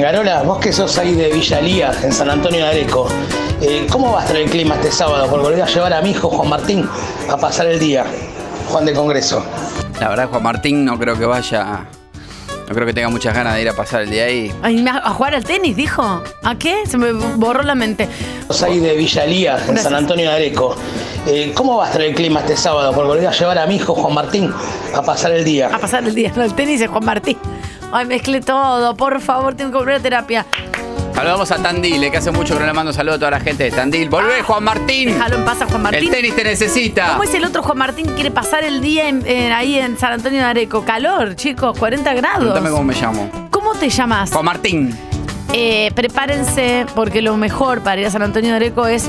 Carola, vos que sos ahí de Villalía, en San Antonio de Areco, eh, ¿cómo va a estar el clima este sábado? Porque volví a llevar a mi hijo Juan Martín a pasar el día, Juan de Congreso. La verdad, Juan Martín no creo que vaya. No creo que tenga muchas ganas de ir a pasar el día ahí. Ay, ¿me- ¿A jugar al tenis, dijo? ¿A qué? Se me borró la mente. Sos ahí de Villalía, en Gracias. San Antonio de Areco, eh, ¿cómo va a estar el clima este sábado? Porque volví a llevar a mi hijo Juan Martín a pasar el día. A pasar el día, no, el tenis es Juan Martín. Ay, mezclé todo, por favor, tengo que volver a terapia. Saludamos a Tandil, eh, que hace mucho que no le mando saludos a toda la gente de Tandil. ¡Volvé, Juan Martín! Ah, Déjalo en paz a Juan El Martín. tenis te necesita. ¿Cómo es el otro Juan Martín que quiere pasar el día en- en- ahí en San Antonio de Areco? Calor, chicos, 40 grados. Pregúntame cómo me llamo. ¿Cómo te llamas? Juan Martín. Eh, prepárense, porque lo mejor para ir a San Antonio de Areco es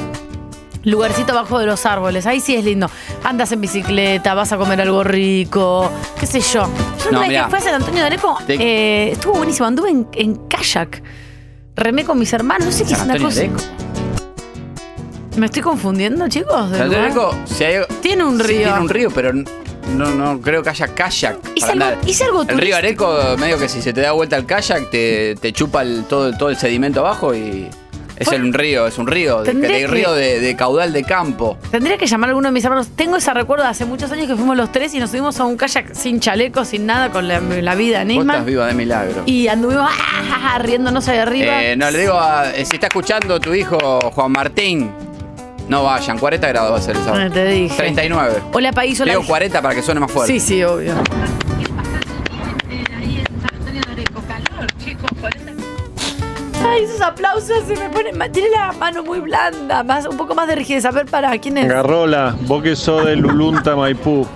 lugarcito abajo de los árboles. Ahí sí es lindo. Andas en bicicleta, vas a comer algo rico, qué sé yo. Yo No, una vez mirá. que fui a San Antonio de Areco, Te- eh, estuvo buenísimo. Anduve en, en kayak. Remé con mis hermanos, no sé qué es San una Antonio cosa. de Eco. ¿Me estoy confundiendo, chicos? de San Antonio de lugar? Eco, si hay- Tiene un sí, río. tiene un río, pero no, no creo que haya kayak. Hice para algo- andar. hice algo El río Areco, medio que si se te da vuelta el kayak, te, te chupa el- todo, todo el sedimento abajo y. Es Fue- el- un río, es un río. De, Tendré de que- río de, de caudal de campo. Tendría que llamar a alguno de mis hermanos. Tengo ese recuerdo de hace muchos años que fuimos los tres y nos subimos a un kayak sin chaleco, sin nada, con la, la vida en Vos Isma. estás viva de milagro. Y anduvimos ah, ja, ja, riéndonos ahí arriba. Eh, no, le digo a- eh, si está escuchando tu hijo Juan Martín, no vayan, 40 grados va a ser el sábado. Eh, te dije. 39. Hola, país, Le hola. digo 40 para que suene más fuerte. Sí, sí, obvio. Ay, esos aplausos se me ponen. ma- Tiene la mano muy blanda, más, un poco más de rigidez. A ver, para, ¿quién es? Garrola, vos que sos de Lulunta, Maipú,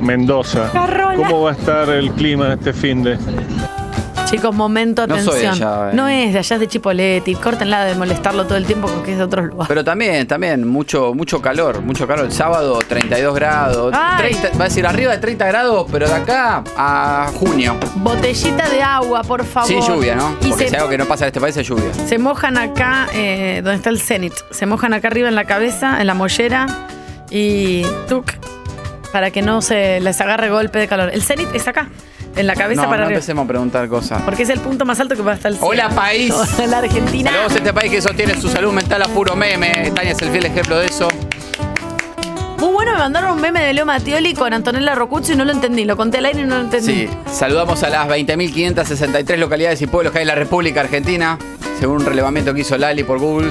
Mendoza. Garrola. ¿Cómo va a estar el clima este fin de? Chicos, momento, No atención. soy de allá, eh. No es de allá, es de Chipoletti. Córtenla de molestarlo todo el tiempo con que es de otros lugares. Pero también, también, mucho, mucho calor, mucho calor. El sábado 32 grados. Ay. 30, va a decir arriba de 30 grados, pero de acá a junio. Botellita de agua, por favor. Sí, lluvia, ¿no? Y Porque se, si hay algo que no pasa en este país es lluvia. se mojan acá, eh, donde está el Zenit. Se mojan acá arriba en la cabeza, en la mollera. Y tuc, para que no se les agarre golpe de calor. El Zenit es acá, en la cabeza No, para no arriba. empecemos a preguntar cosas. Porque es el punto más alto que va hasta el cielo. Hola, país. Toda la Argentina. Saludos a este país que sostiene su salud mental a puro meme. Tania es el fiel ejemplo de eso. Muy bueno, me mandaron un meme de Leo Mattioli con Antonella Rocuzzi y no lo entendí. Lo conté al aire y no lo Sí, entendí. saludamos a las 20.563 localidades y pueblos que hay en la República Argentina, según un relevamiento que hizo Lali por Google.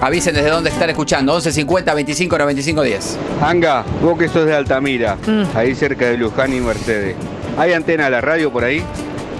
Avisen desde dónde están escuchando, 1150 25 95 10. Anga, vos que sos de Altamira, Mm. ahí cerca de Luján y Mercedes. ¿Hay antena de la radio por ahí?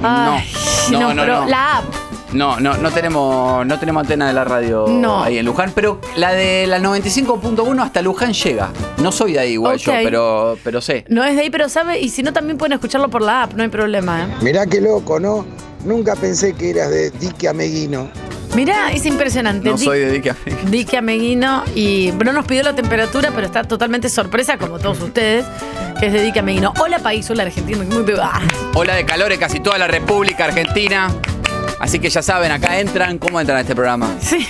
Ay, No, no, no, pero no. la app. No, no, no tenemos, no tenemos antena de la radio No. ahí en Luján, pero la de la 95.1 hasta Luján llega. No soy de ahí igual yo, Ok. pero, pero sé. No es de ahí, pero sabe. Y si no, también pueden escucharlo por la app, no hay problema, ¿eh? Mirá qué loco, ¿no? Nunca pensé que eras de Dique Ameguino. Mirá, es impresionante. No Di- soy de Dique Dique Ameguino y no nos pidió la temperatura, pero está totalmente sorpresa, como todos ustedes, que es de Dique Ameguino. Hola país, hola Argentina. Ah, ¿cómo te va? Ola de calor en casi toda la República Argentina. Así que ya saben, acá entran. ¿Cómo entran a este programa? Sí.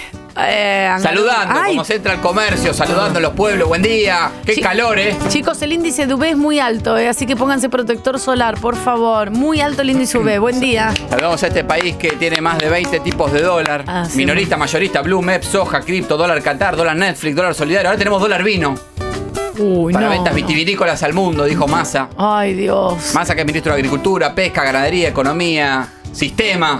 eh, Saludando, ay, como se entra al comercio, saludando a los pueblos, buen día, qué Chi- calor, ¿eh? Chicos, el índice de UV es muy alto, eh, así que pónganse protector solar, por favor. Muy alto el índice UV. Buen día. Saludamos a este país que tiene más de 20 tipos de dólar. Ah, sí. Minorista, mayorista, blue, MEP, soja, cripto, dólar Qatar, dólar Netflix, dólar solidario. Ahora tenemos dólar vino Uy, para no, ventas no. vitivinícolas al mundo, dijo Massa. Ay, Dios. Massa que es ministro de Agricultura, Pesca, Ganadería, Economía, Sistema,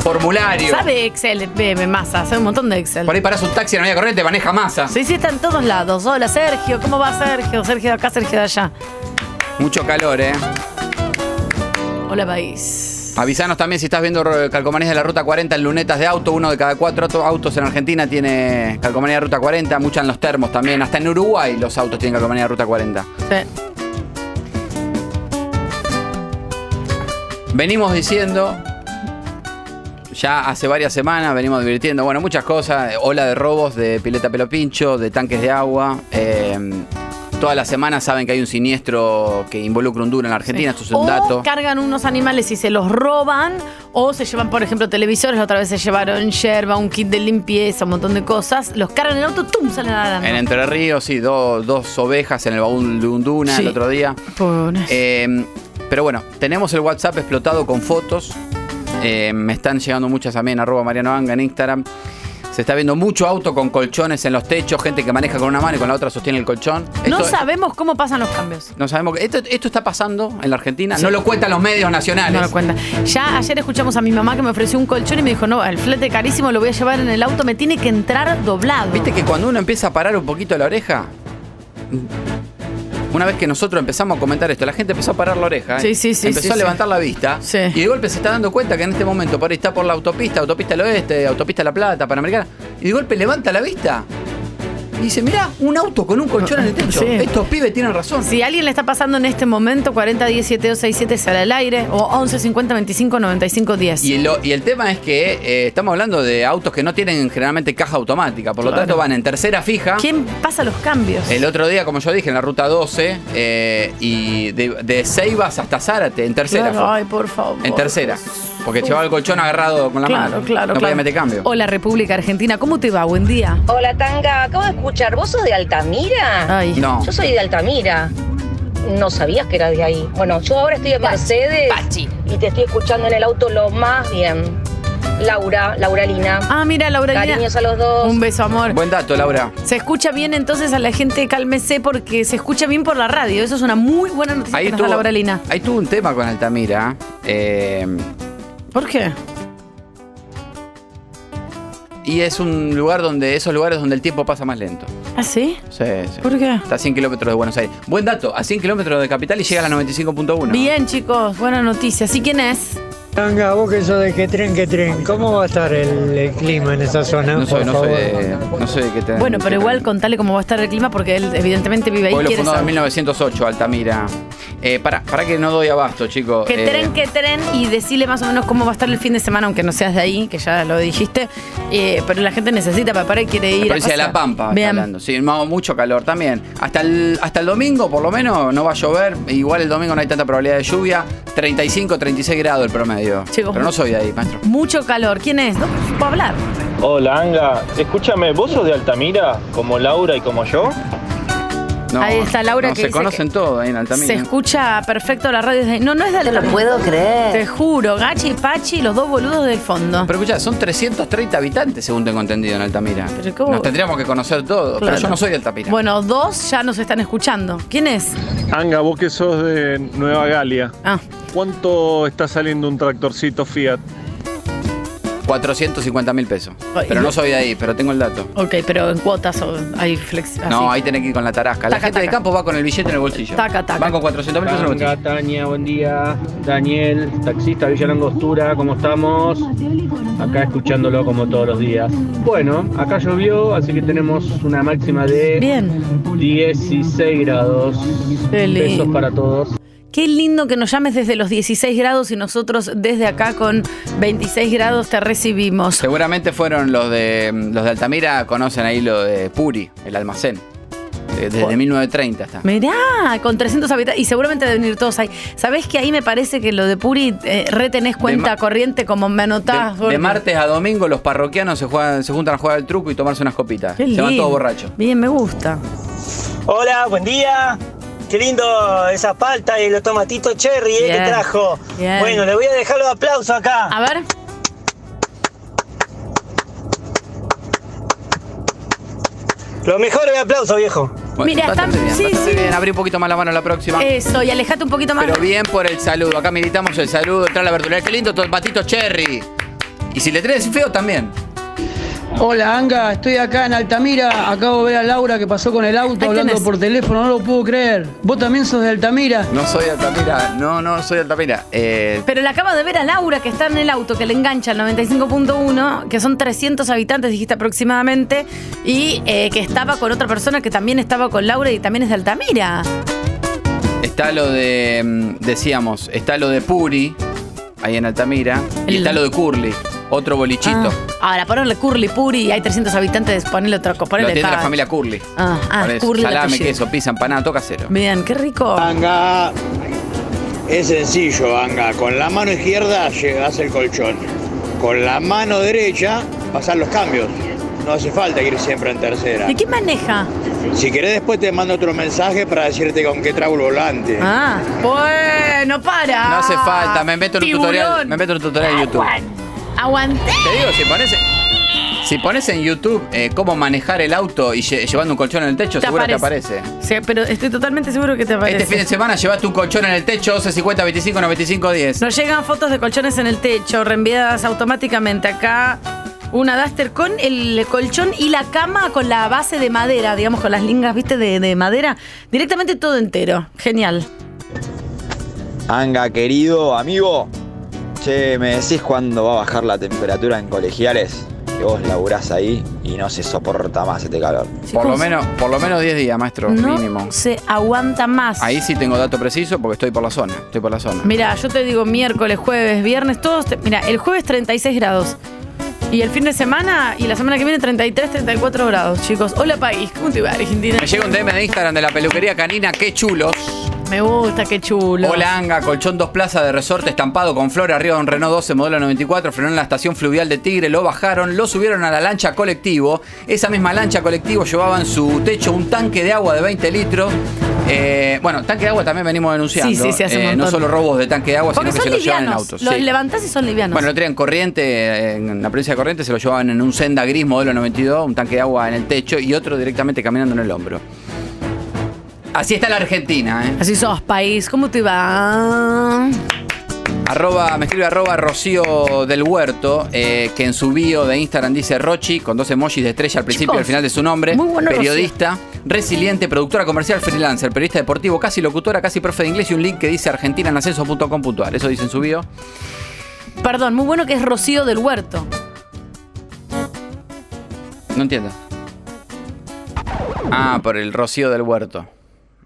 Formulario. Sabe Excel, bebe masa, sabe un montón de Excel. Por ahí parás un taxi en la vía corriente, maneja Massa. Sí, sí, está en todos lados. Hola, Sergio, ¿cómo va Sergio? Sergio de acá, Sergio de allá. Mucho calor, ¿eh? Hola, país. Avisanos también si estás viendo eh, calcomanías de la Ruta 40 en lunetas de auto. Uno de cada cuatro auto- autos en Argentina tiene calcomanía de Ruta 40. Muchas en los termos también. Hasta en Uruguay los autos tienen calcomanía de Ruta 40. Sí. Venimos diciendo... Ya hace varias semanas venimos divirtiendo, bueno, muchas cosas, eh, ola de robos, de pileta pelo pincho, de tanques de agua. eh, todas las semanas saben que hay un siniestro que involucra un duro en la Argentina, esto es un o dato. cargan unos animales y se los roban, o se llevan, por ejemplo, televisores, la otra vez se llevaron yerba, un kit de limpieza, un montón de cosas, los cargan en el auto, ¡tum! salen nadando. En Entre Ríos, sí, do- dos ovejas en el baúl de un duna Sí. el otro día. Pobre. Em, Eh, pero bueno, tenemos el WhatsApp explotado con fotos Eh, me están llegando muchas también, arroba Mariano Vanga en Instagram. Se está viendo mucho auto con colchones en los techos, gente que maneja con una mano y con la otra sostiene el colchón. No Esto- sabemos cómo pasan los cambios. No sabemos. que- Esto, esto está pasando en la Argentina. No lo cuentan los medios nacionales. No lo cuenta. Ya ayer escuchamos a mi mamá que me ofreció un colchón y me dijo, no, el flete carísimo lo voy a llevar en el auto, me tiene que entrar doblado. Viste que cuando uno empieza a parar un poquito la oreja. Una vez que nosotros empezamos a comentar esto, la gente empezó a parar la oreja. ¿eh? Sí, sí, sí, Empezó sí, a sí. levantar la vista. Sí. Y de golpe se está dando cuenta que en este momento por ahí está por la autopista, autopista del oeste, autopista La Plata, Panamericana. Y de golpe levanta la vista. Y dice, mirá, un auto con un colchón en el techo. Sí. Estos pibes tienen razón. Si a alguien le está pasando en este momento, 40 17 267 sale al aire o 11 50 25 95 10. Y, lo- y el tema es que eh, estamos hablando de autos que no tienen generalmente caja automática, por lo Claro. tanto van en tercera fija. ¿Quién pasa los cambios? El otro día, como yo dije, en la ruta 12, eh, y de, de Ceibas hasta Zárate, en tercera. Claro, fue. ay, por favor. en tercera. Porque llevaba el colchón agarrado con la Claro, mano. claro, no claro. podía meter cambio. Hola, República Argentina. ¿Cómo te va? Buen día. Hola Tanga, acabo de escuchar, ¿vos sos de Altamira? Ay. No. Yo soy de Altamira. No sabías que era de ahí. Bueno, yo ahora estoy en Mercedes Pachi. y te estoy escuchando en el auto lo más bien. Laura, Laura Lina. Ah, mira, Laura. Lina. Cariños a los dos. Un beso, amor. Buen dato, Laura. Se escucha bien entonces a la gente, cálmese, porque se escucha bien por la radio. Eso es una muy buena noticia Ahí que nos da tuvo, Laura Lina. ahí tuvo un tema con Altamira. eh, ¿Por qué? y es un lugar donde, esos lugares donde el tiempo pasa más lento. ¿Ah, sí? Sí, sí. ¿Por qué? Está a 100 kilómetros de Buenos Aires. Buen dato, a 100 kilómetros de Capital y llega a la 95.1. Bien, chicos, buena noticia. ¿Sí quién es? Tanga, vos que sos de que tren, que tren, ¿cómo va a estar el, el clima en esa zona? No soy, por no soy favor? de, no soy de qué te- Bueno, qué pero igual te- contale cómo va a estar el clima, porque él evidentemente vive ahí. Pueblo quiere fundado en saber. 1908, Altamira. Eh, pará, pará que no doy abasto, Eh, chicos. Que tren, que tren, y decirle más o menos cómo va a estar el fin de semana, aunque no seas de ahí, que ya lo dijiste. Eh, pero la gente necesita papá y quiere ir. La a provincia de La pasear. Pampa, está Bien. hablando. Sí, no, mucho calor también. Hasta el, hasta el domingo, por lo menos, no va a llover. Igual el domingo no hay tanta probabilidad de lluvia. 35, 36 grados el promedio. Chicos, Pero no soy de ahí, maestro. Mucho calor. ¿Quién es? No pues, puedo hablar. Hola, Anga. Escúchame, ¿vos sos de Altamira? ¿Como Laura y como yo? No, Ahí está Laura no, que Se dice conocen que todos ahí en Altamira. Se escucha perfecto la radio. desde- No, no es de la creer. Te juro, Gachi y Pachi, los dos boludos del fondo. Pero escuchá, son 330 habitantes, según tengo entendido, en Altamira. Pero ¿cómo? Nos tendríamos que conocer todos. Claro. Pero yo no soy de Altamira. Bueno, dos ya nos están escuchando. ¿Quién es? Anga, vos que sos de Nueva Galia. Ah, ¿Cuánto está saliendo un tractorcito Fiat? 450 mil pesos. Ay, Pero y- no soy de ahí, pero tengo el dato. ok, pero en cuotas o hay flex. No, así. ahí tenés que ir con la tarasca. la Taca, gente de taca. campo va con el billete en el bolsillo. Taca, taca. Van con 400 mil pesos en el bolsillo. Tanga, Tania, buen día. Daniel, taxista Villa Langostura, ¿cómo estamos? Acá escuchándolo como todos los días. Bueno, acá llovió, así que tenemos una máxima de Bien. 16 grados. Qué lindo. Besos para todos. Qué lindo que nos llames desde los 16 grados y nosotros desde acá con 26 grados te recibimos. Seguramente fueron los de los de Altamira, conocen ahí lo de Puri, el almacén. Eh, Desde 1930 está. Mirá, con 300 habitantes. Y seguramente deben ir todos ahí. ¿Sabés que ahí me parece que lo de Puri eh, re tenés cuenta ma- corriente como me anotás? De, de Gorka? martes a domingo los parroquianos se juegan, se juntan a jugar al truco y tomarse unas copitas. Qué Se van lindo. todos borrachos. Bien, me gusta. Hola, buen día. Qué lindo esa palta y los tomatitos cherry eh, Bien, que trajo. bien. Ah. Bueno, le voy a dejar los aplausos acá. Ah, A ver. Los mejores aplausos, viejo. Mira, bastante bien, están- sí, bastante sí. Eh, bien. Abrí un poquito más la mano la próxima. Eso, y alejate un poquito más. Pero bien por el saludo. Acá militamos el saludo. Trae la verdura. Qué lindo, tomatito cherry. Y si le traes feo también. Hola Anga, estoy acá en Altamira, acabo de ver a Laura que pasó con el auto Ahí hablando tenés. por teléfono, no lo puedo creer. ¿Vos también sos de Altamira? No soy de Altamira. No, no soy de Altamira. Eh, Pero la acaba de ver a Laura que está en el auto, que le engancha al 95.1, que son 300 habitantes, dijiste aproximadamente, y eh, que estaba con otra persona que también estaba con Laura y también es de Altamira. Está lo de, mm, decíamos, está lo de Puri, ahí en Altamira, y El- está lo de Curly, otro bolichito. Ah, ahora ponle Curly Puri y hay 300 habitantes, ponele otro, lo ponele tiene la cada- familia Curly. Ah, ah, Por eso, Curly, el Salame, apellido. queso, pizza, empanada, toca cero. Bien, qué rico. Anga, es sencillo, Anga. Con la mano izquierda llegas el colchón. Con la mano derecha pasar los cambios. No hace falta ir siempre en tercera. ¿De quién maneja? Si querés después te mando otro mensaje para decirte con qué trago el volante. Ah, bueno, para. No hace falta, me meto en un tutorial. Me meto en un tutorial Ah, en YouTube. Aguanté. Te digo, si pones. Si pones en YouTube eh, cómo manejar el auto y lle- llevando un colchón en el techo, Te seguro aparece. te aparece. Sí, pero estoy totalmente seguro que te aparece. Este fin de semana llevaste un colchón en el techo, 11, 50, 25, 95, 10. Nos llegan fotos de colchones en el techo, reenviadas automáticamente acá. Una Duster con el colchón y la cama con la base de madera, digamos, con las lingas, viste, de, de madera. Directamente todo entero. Genial. Anga, querido amigo, che, ¿me decís cuándo va a bajar la temperatura en colegiales? Que vos laburás ahí y no se soporta más este calor. Por lo menos, por lo menos 10 días, maestro, No mínimo. se aguanta más. Ahí sí tengo dato preciso porque estoy por la zona. Estoy por la zona. Mira, yo te digo miércoles, jueves, viernes, todos. Mira, el jueves 36 grados. Y el fin de semana y la semana que viene 33, 34 grados, chicos. Hola país, ¿cómo te va Argentina? Me llega un DM de Instagram de la peluquería canina, qué chulos. Me gusta, qué chulo. Hola Anga, colchón dos plazas de resorte estampado con flor arriba de un Renault 12 modelo 94, frenó en la estación fluvial de Tigre, lo bajaron, lo subieron a la lancha colectivo. Esa misma lancha colectivo llevaba en su techo un tanque de agua de 20 litros. Eh, bueno, tanque de agua también venimos denunciando. eh, Sí, sí, sí, hace un no montón. solo robos de tanque de agua, Porque sino que son se lo llevan en livianos. autos. Los sí. levantás y son livianos. Bueno, lo tenían Corriente, eh, en la provincia de Corriente, se lo llevaban en un Senda Gris modelo 92, un tanque de agua en el techo y otro directamente caminando en el hombro. Así está la Argentina, ¿eh? Así sos país, ¿cómo te va? Arroba, me escribe arroba Rocío del Huerto, eh, que en su bio de Instagram dice Rochi, con dos emojis de estrella al principio y al Chicos, final de su nombre. muy bueno, periodista, resiliente, productora comercial, freelancer, periodista deportivo, casi locutora, casi profe de inglés y un link que dice argentinanascenso.com.ar. Eso dice en su bio. Perdón, muy bueno que es Rocío del Huerto. No entiendo. Ah, por el Rocío del Huerto.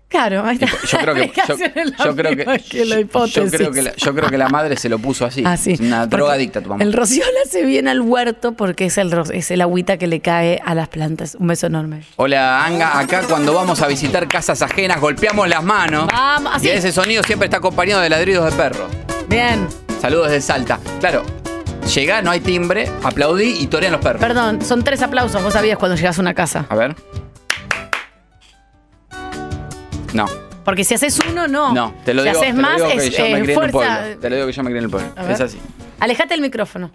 Claro, ahí está. pues, Yo creo que, yo, explicación es la yo creo que, misma la yo- hipótesis. Yo creo que, la, yo creo que la madre se lo puso así. Ah, sí. Es Una Porque drogadicta tu mamá. El rocío le hace bien al huerto porque es el, ro- es el agüita que le cae a las plantas. Un beso enorme. Hola, Anga. Acá cuando vamos a visitar casas ajenas golpeamos las manos. Vamos, ah, así. Y ese sonido siempre está acompañado de ladridos de perro. Bien. Saludos de Salta. Claro, llega, no hay timbre, aplaudí y torean los perros. Perdón, son tres aplausos. Vos sabías cuando llegás a una casa. A ver. No, Porque si haces uno, no. no, te lo si digo. haces te lo más, digo que yo es me eh, crié en el fuerza. pueblo. Te lo digo que yo me crié en el pueblo. A ver. Es así. Alejate del micrófono.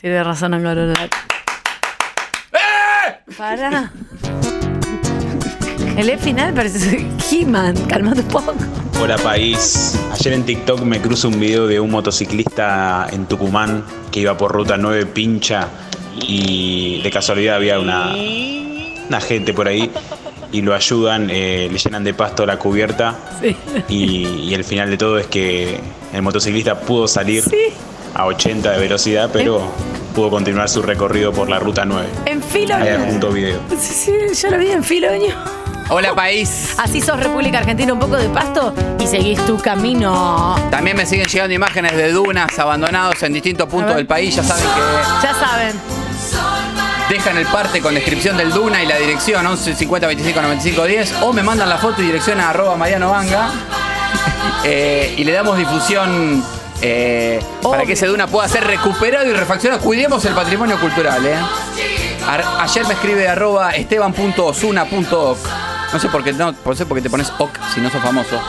Tiene razón, Angarona. ¡Eh! Pará. El E final parece He-Man. Calmate un poco. Hola país. Ayer en TikTok me cruzo un video de un motociclista en Tucumán que iba por ruta 9 pincha y de casualidad había una, una gente por ahí y lo ayudan, eh, le llenan de pasto la cubierta Sí. y, y el final de todo es que el motociclista pudo salir a 80 de velocidad pero pudo continuar su recorrido por la ruta 9. En filo. Ahí adjunto video. Sí, sí, yo lo vi en Filoño. Hola, país. Así sos República Argentina, un poco de pasto y seguís tu camino. También me siguen llegando imágenes de dunas abandonados en distintos puntos del país. Ya saben que Ya saben. dejan el parte con descripción del duna y la dirección 11 50 25 95 10 o me mandan la foto y dirección a arroba Mariano Vanga Eh, y le damos difusión eh, para que ese duna pueda ser recuperado y refaccionado. Cuidemos el patrimonio cultural. eh. Ar- ayer me escribe arroba esteban.osuna.oc. No sé por qué no, no sé por qué te pones oc si no sos famoso.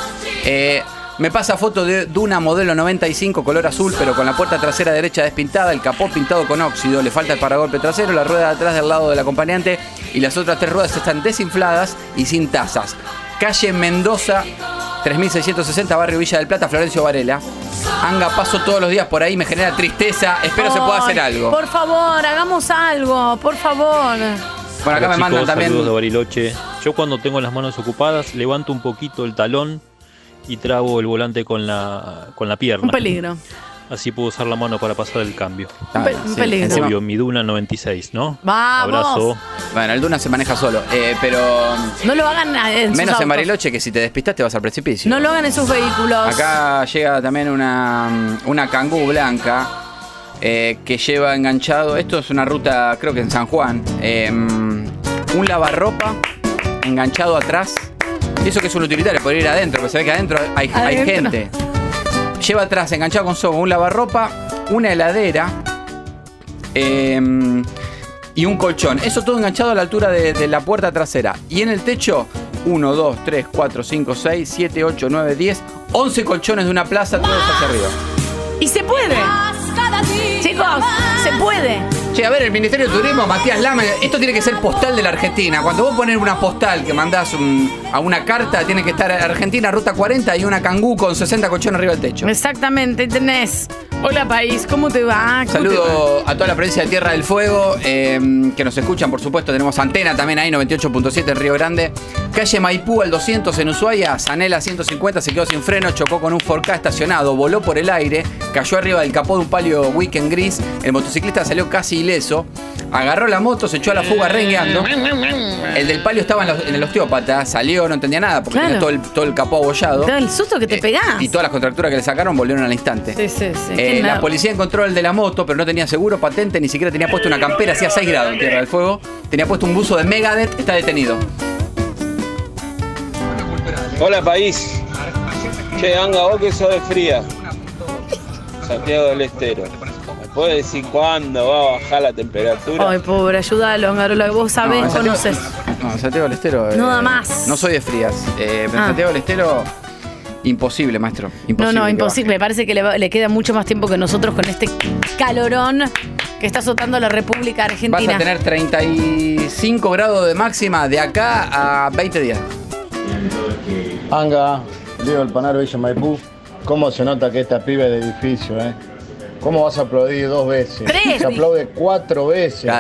Eh, me pasa foto de Duna modelo 95 color azul, pero con la puerta trasera derecha despintada, el capó pintado con óxido, le falta el paragolpe trasero, la rueda de atrás del lado del acompañante y las otras tres ruedas están desinfladas y sin tazas. Calle Mendoza 3660, barrio Villa del Plata, Florencio Varela. Anga, paso todos los días por ahí, me genera tristeza, espero se pueda Ay, hacer algo. Por favor, hagamos algo, por favor. Bueno, Hola, acá me chicos, mandan también- Saludos de Bariloche. Yo cuando tengo las manos ocupadas levanto un poquito el talón y trabo el volante con la, con la pierna. Un peligro. Así puedo usar la mano para pasar el cambio. Un pe- un sí. peligro. Obvio, Encima- mi Duna 96, ¿no? Vamos. Abrazo. Bueno, el Duna se maneja solo, eh, pero No lo hagan eh, en sus menos autos. en Bariloche que si te despistas te vas al precipicio. No lo hagan en sus vehículos. Acá llega también una, mm, una cangú blanca eh, que lleva enganchado, esto es una ruta creo que en San Juan, eh, un lavarropa enganchado atrás. Y eso que es un utilitario, por ir adentro, porque se ve que adentro hay, hay Adentro. gente. Lleva atrás, enganchado con soga, un lavarropa, una heladera. eh, y un colchón. Eso todo enganchado a la altura de, de la puerta trasera. Y en el techo, 1, 2, 3, 4, 5, 6, 7, 8, 9, 10, 11 colchones de una plaza, todos hacia arriba. Y se puede. Chicos, se puede. Che, a ver, el Ministerio de Turismo, Matías Lama, esto tiene que ser postal de la Argentina. Cuando vos pones una postal que mandás un- a una carta, tiene que estar Argentina, ruta 40 y una cangú con 60 colchones arriba del techo. Exactamente, tenés. Hola país, ¿cómo te va? ¿Cómo te va? Saludo a toda la provincia de Tierra del Fuego, eh, que nos escuchan, por supuesto. Tenemos antena también ahí, 98.7 en Río Grande. Calle Maipú al 200 en Ushuaia. Zanela 150 se quedó sin freno, chocó con un 4K estacionado, voló por el aire, cayó arriba del capó de un palio weekend gris. El motociclista salió casi ileso, agarró la moto, se echó a la fuga rengueando. El del palio estaba en, los- en el osteópata, salió, no entendía nada porque Claro. tenía todo el, todo el capó abollado. Eh, Todo el susto que te pegás. Y todas las contracturas que le sacaron volvieron al instante. Sí, sí, sí. Eh, Qué la nerd. policía encontró el de la moto, pero no tenía seguro, patente, ni siquiera tenía puesto una campera, hacía 6 grados en Tierra del Fuego. Tenía puesto un buzo de Megadeth, está detenido. Hola país. Che, Anga, vos que sos de fría. Santiago del Estero. ¿Me puedes decir cuándo va a bajar la temperatura? Ay, pobre, ayúdalo, Angarola, vos sabés, No, conoces. No, Santiago del Estero. eh, No da más. No soy de frías. eh, pero Ah. Santiago del Estero, imposible, maestro. No, Imposible no, que imposible. Me parece que le, va- le queda mucho más tiempo que nosotros con este calorón que está azotando la República baje. Vas Argentina. a tener 35 grados de máxima de acá a 20 días. Anga, Leo el Panaro Villa Maipú, ¿cómo se nota que esta pibe de edificio, eh? ¿Cómo vas a aplaudir dos veces? Tres. Se aplaude cuatro veces.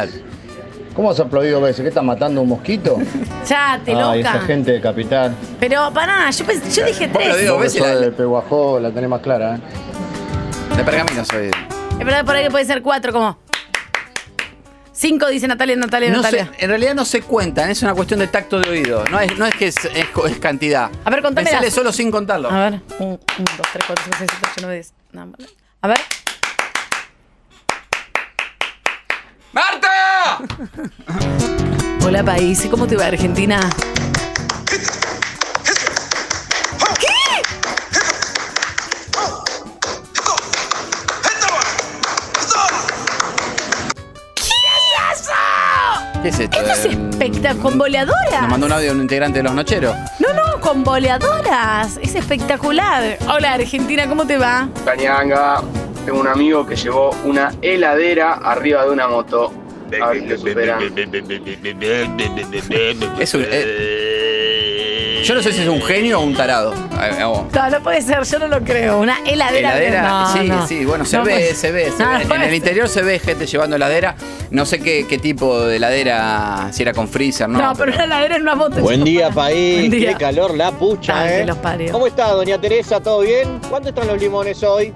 ¿Cómo has aplaudido dos veces? ¿Qué estás matando un mosquito? Chate, Ah, esa loca. gente de Capital. Pero pará, yo, pens- yo dije tres. Vos que sos de Pehuajó, la tenés más clara, ¿eh? De pergamino soy. Es verdad, por ahí que puede ser cuatro, como. Cinco, dice Natalia, Natalia, No Natalia. se- en realidad no se cuentan, es una cuestión de tacto de oído. No es, no es que es, es co- es cantidad. A ver, contámelas. Pensale solo sin contarlo. A ver. Un, un, dos, tres, cuatro, cinco, seis, siete, ocho, nueve, diez. No, vale. a ver. ¡Marta! Hola, país. ¿Cómo te va, Argentina? ¿Qué? ¿Qué es eso? ¿Qué es esto? Esto es Eh, espectacular. ¿Con boleadoras? Nos mandó un audio un integrante de los Nocheros. No, no, con boleadoras. Es espectacular. Hola, Argentina, ¿cómo te va? Cañanga, tengo un amigo que llevó una heladera arriba de una moto. A ver si lo superan. Es un- eh, yo no sé si es un genio o un tarado. A ver, vamos. No, no puede ser, yo no lo creo. Una heladera. Heladera, no, sí, no. sí, bueno, se No ve, puede- se ve, se No, pues. ve. En puede el interior se ve gente llevando heladera. No sé qué, qué tipo de heladera, si era con freezer, ¿no? No, pero una heladera en una moto. Buen día, Buen país. día. Qué calor, la pucha, Ay, que eh. los parió. ¿Cómo está, doña Teresa? ¿Todo bien? ¿Cuánto están los limones hoy?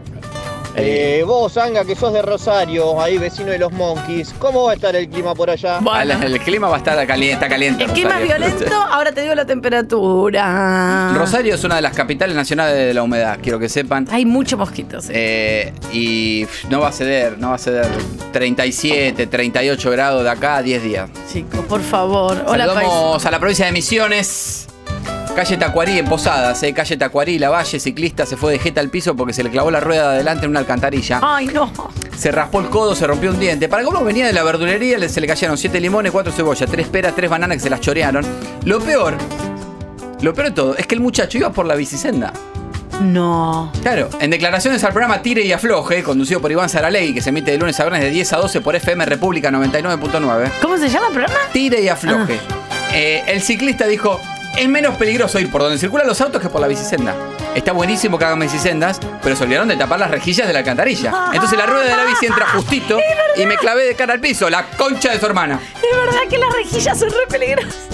Eh. Eh, vos, Anga, que sos de Rosario, ahí vecino de los Monkeys, ¿cómo va a estar el clima por allá? Ah, la- El clima va a estar caliente, está caliente. El clima Rosario. violento, ahora te digo la temperatura. Rosario es una de las capitales nacionales de la humedad, quiero que sepan. Hay muchos mosquitos. Eh, y pff, no va a ceder, no va a ceder. 37, 38 grados de acá a 10 días. Chicos, por favor. Hola, país. Saludamos a la provincia de Misiones. Calle Tacuarí en Posadas, eh, calle Tacuarí, la valle, ciclista se fue de jeta al piso porque se le clavó la rueda de adelante en una alcantarilla. Ay, no. Se raspó el codo, se rompió un diente. Para cómo venía de la verdulería, le- se le cayeron siete limones, cuatro cebollas, tres peras, tres bananas que se las chorearon. Lo peor, lo peor de todo, es que el muchacho iba por la bicicenda. No. Claro, en declaraciones al programa Tire y Afloje, conducido por Iván Saralegui, que se emite de lunes a viernes de 10 a 12 por FM República 99.9. ¿Cómo se llama el programa? Tire y afloje. Ah. Eh, el ciclista dijo, es menos peligroso ir por donde circulan los autos que por la bicisenda. Está buenísimo que hagan bicisendas, pero se olvidaron de tapar las rejillas de la Ah, alcantarilla. Entonces la rueda de la bici entra justito y me clavé de cara al piso, la concha de su hermana. Es verdad que las rejillas son re peligrosas.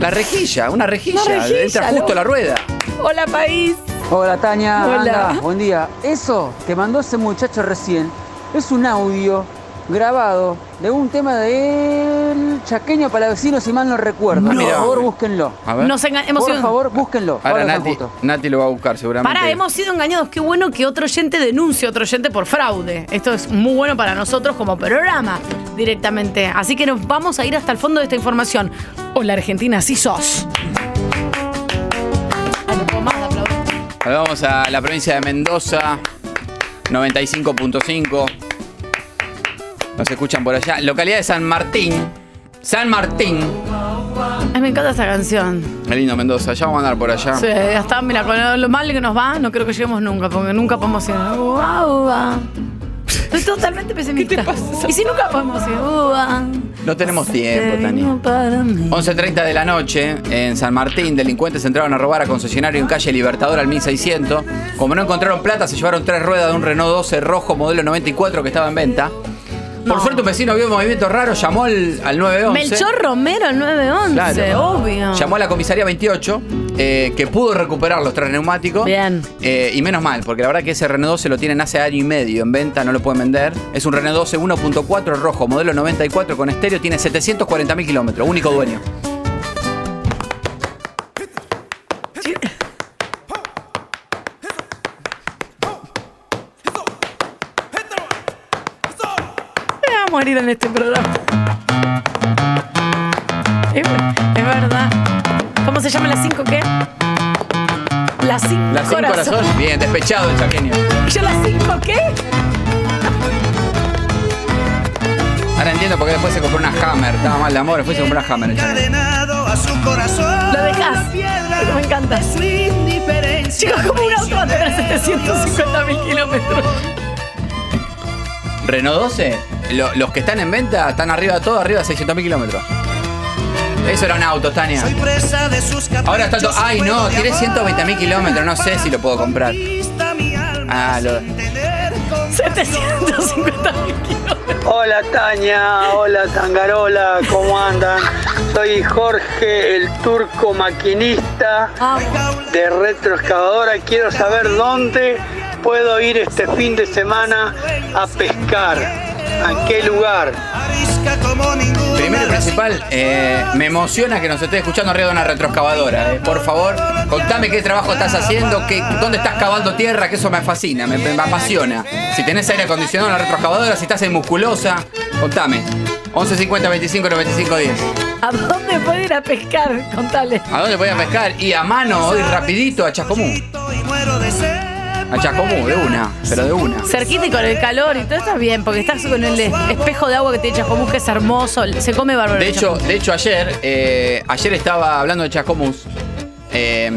La rejilla, una rejilla, Una rejilla, entra justo loco. la rueda. Hola, país. Hola Tania, Hola. Anda, buen día. Eso que mandó ese muchacho recién es un audio grabado de un tema del chaqueño para vecinos, si mal no recuerdo. No. Por favor, búsquenlo. A ver. Nos enga- hemos Por sido- favor, búsquenlo. Ahora Ahora Nati, Nati lo va a buscar seguramente. Pará, hemos sido engañados. Qué bueno que otro oyente denuncie a otro oyente por fraude. Esto es muy bueno para nosotros como programa directamente. Así que nos vamos a ir hasta el fondo de esta información. Hola, Argentina, sí sos. Ah, no puedo más de aplaudir. Ahora vamos a la provincia de Mendoza, 95.5. Nos escuchan por allá. Localidad de San Martín. San Martín. Ay, me encanta esa canción. Qué lindo Mendoza. Ya vamos a andar por allá. Sí, hasta, mira, con lo mal que nos va, no creo que lleguemos nunca, porque nunca podemos ir. Uva, uva. Estoy totalmente pesimista. ¿Qué te pasa? Y si nunca podemos ir. Uva. No tenemos tiempo, Tani. Vino para mí. 11.30 de la noche, en San Martín, delincuentes entraron a robar a concesionario en calle Libertador al 1600. Como no encontraron plata, se llevaron tres ruedas de un Renault 12 rojo modelo 94 que estaba en venta. Por suerte, un vecino vio movimientos raros, llamó al, al 911. Melchor Romero, el 911, Claro. obvio. Llamó a la comisaría 28, eh, que pudo recuperar los tres neumáticos. Bien. Eh, y menos mal, porque la verdad que ese Renault 12 lo tienen hace año y medio en venta, no lo pueden vender. Es un Renault 12 1.4 rojo, modelo 94 con estéreo, tiene 740.000 kilómetros, único dueño. Me voy a morir en este programa. Es, es verdad. ¿Cómo se llama las 5 qué? Las 5 Las cinco corazón. corazones, bien, despechado el chaqueño. ¿Yo las 5 qué? Ahora entiendo por qué después se compró una Hammer, estaba mal de amor, después se compró una Hammer. el chaqueño. a su corazón. Lo dejás. Me encanta. Chicos, como un auto va a tener 750 mil kilómetros. Renault 12, lo- los que están en venta están arriba de todo, arriba de 600.000 kilómetros. Eso era un auto, Tania. Presa de sus Ahora está todo. Ay, no, tiene 120.000 kilómetros, no sé si lo puedo comprar. Ah, lo. 750 Hola Tania, hola Tangarola, ¿cómo andan? Soy Jorge, el turco maquinista de retroexcavadora. Quiero saber dónde puedo ir este fin de semana a pescar. ¿A qué lugar? Primero y principal, eh, me emociona que nos estés escuchando arriba de una retroexcavadora. eh. Por favor, contame qué trabajo estás haciendo, qué, dónde estás cavando tierra, que eso me fascina, me, me apasiona. Si tenés aire acondicionado en la retroexcavadora, si estás en musculosa, contame. 1150 25 95 10. ¿A dónde puede ir a pescar? Contale. ¿A dónde voy a pescar? Y a mano, hoy rapidito, a Chascomú. A Chascomú, de una, pero de una. Cerquita y con el calor y todo está bien, porque estás con el espejo de agua que te echas como que es hermoso, se come bárbaro. De hecho, de hecho ayer, eh, ayer estaba hablando de Chascomús. eh,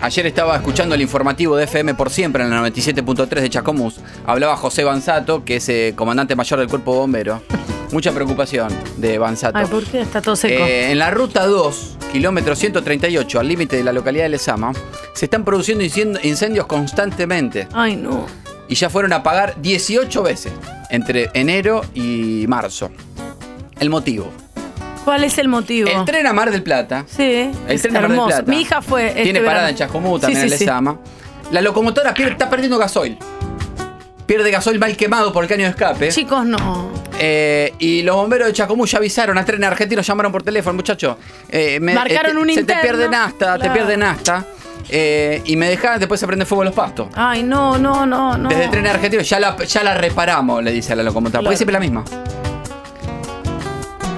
ayer estaba escuchando el informativo de FM por siempre en la 97.3 de Chascomús. Hablaba José Banzato, que es eh, comandante mayor del cuerpo de bombero. Mucha preocupación de Banzato. Ay, ¿por qué está todo seco? Eh, en la ruta 2, kilómetro 138, al límite de la localidad de Lezama, se están produciendo incien- incendios constantemente. Ay, no. Y ya fueron a pagar 18 veces entre enero y marzo. El motivo. ¿Cuál es el motivo? El tren a Mar del Plata. Sí, ¿eh? El es tren a Mar del hermoso. Plata. Mi hija fue. este Tiene parada verano. en Chascomú, Sí, también sí, en sí. Lesama. La locomotora pier- está perdiendo gasoil. Pierde gasoil mal quemado por el caño de escape. Chicos, no. Eh, y los bomberos de Chascomú ya avisaron a Tren Argentino, llamaron por teléfono, muchachos. Marcaron un eh, Se te interno. pierden hasta, te Claro. pierden hasta. Eh, y me dejaban, después se prende fuego los pastos. Ay, no, no, no, no. Desde Tren Argentino ya la, ya la reparamos, le dice a la locomotora. Porque Claro. es siempre la misma.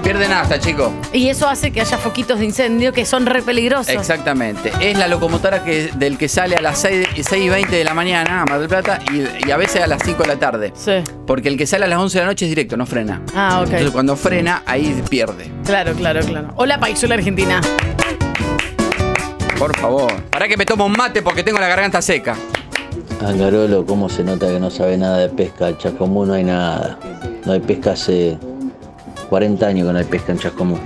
Pierden hasta, chicos. Y eso hace que haya foquitos de incendio que son re peligrosos. Exactamente. Es la locomotora que, del que sale a las 6, y 20 de la mañana a Mar del Plata y, y a veces a las 5 de la tarde. Sí. Porque el que sale a las 11 de la noche es directo, no frena. Ah, ok. Entonces cuando frena, ahí pierde. Claro, claro, claro. Hola, Paixola Argentina. Por favor. Para que me tomo un mate porque tengo la garganta seca. Angarolo, ¿cómo se nota que no sabe nada de pesca? En Chascomú no hay nada. No hay pesca hace 40 años que no hay pesca en Chascomú.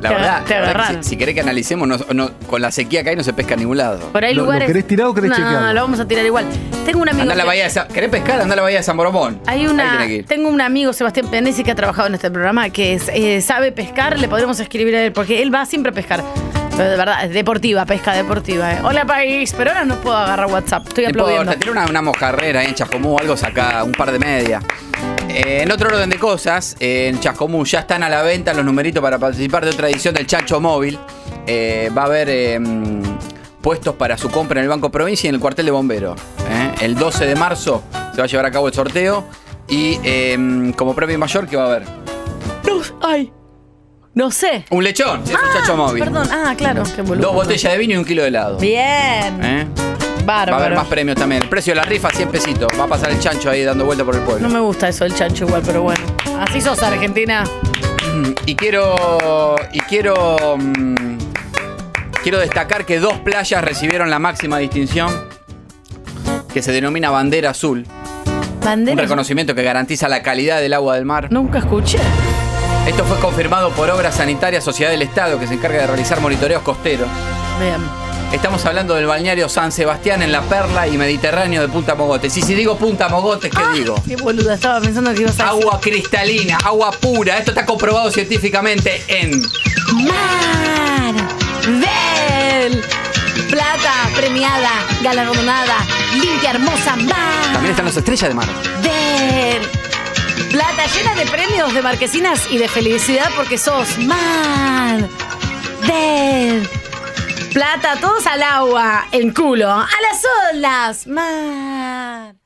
La verdad, la Te aga- te verdad que agarraron. si, si querés que analicemos, no- no- con la sequía que hay no se pesca en ningún lado. Por ahí lugares. no, chequearlo? lo vamos a tirar igual. Tengo un amigo. Andá a la que- bahía de San- ¿Querés pescar? Andá a la bahía de San Boromón. Hay Ahí una, tiene que ir. tengo un amigo, Sebastián Penesi, que ha trabajado en este programa, que es, eh, sabe pescar, le podremos escribir a él, porque él va siempre a pescar. Pero de verdad, es deportiva, pesca deportiva. eh. Hola, país, pero ahora no puedo agarrar WhatsApp, estoy No aplaudiendo. importa, tiene una, una mojarrera ahí en Chascomú, algo saca un par de media. Eh, en otro orden de cosas, eh, en Chascomú ya están a la venta los numeritos para participar de otra edición del Chacho Móvil. Eh, va a haber eh, mm, puestos para su compra en el Banco Provincia y en el cuartel de bomberos. ¿eh? El 12 de marzo se va a llevar a cabo el sorteo y eh, mm, como premio mayor, ¿qué va a haber? No, ay, no sé. Un lechón, es un Chacho Móvil. Perdón, ah, claro, qué Ah, boludo. Dos botellas de vino y un kilo de helado. Bien. ¿Eh? Va a haber Bárbaro. más premios también. El precio de la rifa, 100 pesitos. Va a pasar el chancho ahí dando vuelta por el pueblo. No me gusta eso del chancho igual, pero bueno. Así sos, Argentina. Y quiero. Y quiero. mm, quiero destacar que dos playas recibieron la máxima distinción. Que se denomina bandera azul. Un Bandera. reconocimiento que garantiza la calidad del agua del mar. Nunca escuché. Esto fue confirmado por Obras Sanitarias Sociedad del Estado, que se encarga de realizar monitoreos costeros. Bien. Estamos hablando del balneario San Sebastián en La Perla y Mediterráneo de Punta Mogotes. Y si digo Punta Mogotes, ¿qué digo? Qué boluda, estaba pensando que ibas a Agua cristalina, agua pura. Esto está comprobado científicamente en Mar. Del. Plata premiada, galardonada, limpia, hermosa, Mar. También están las estrellas de mar. Del. Plata llena de premios, de marquesinas y de felicidad porque sos Mar. Del. Plata, todos al agua, en culo, a las olas, Mar.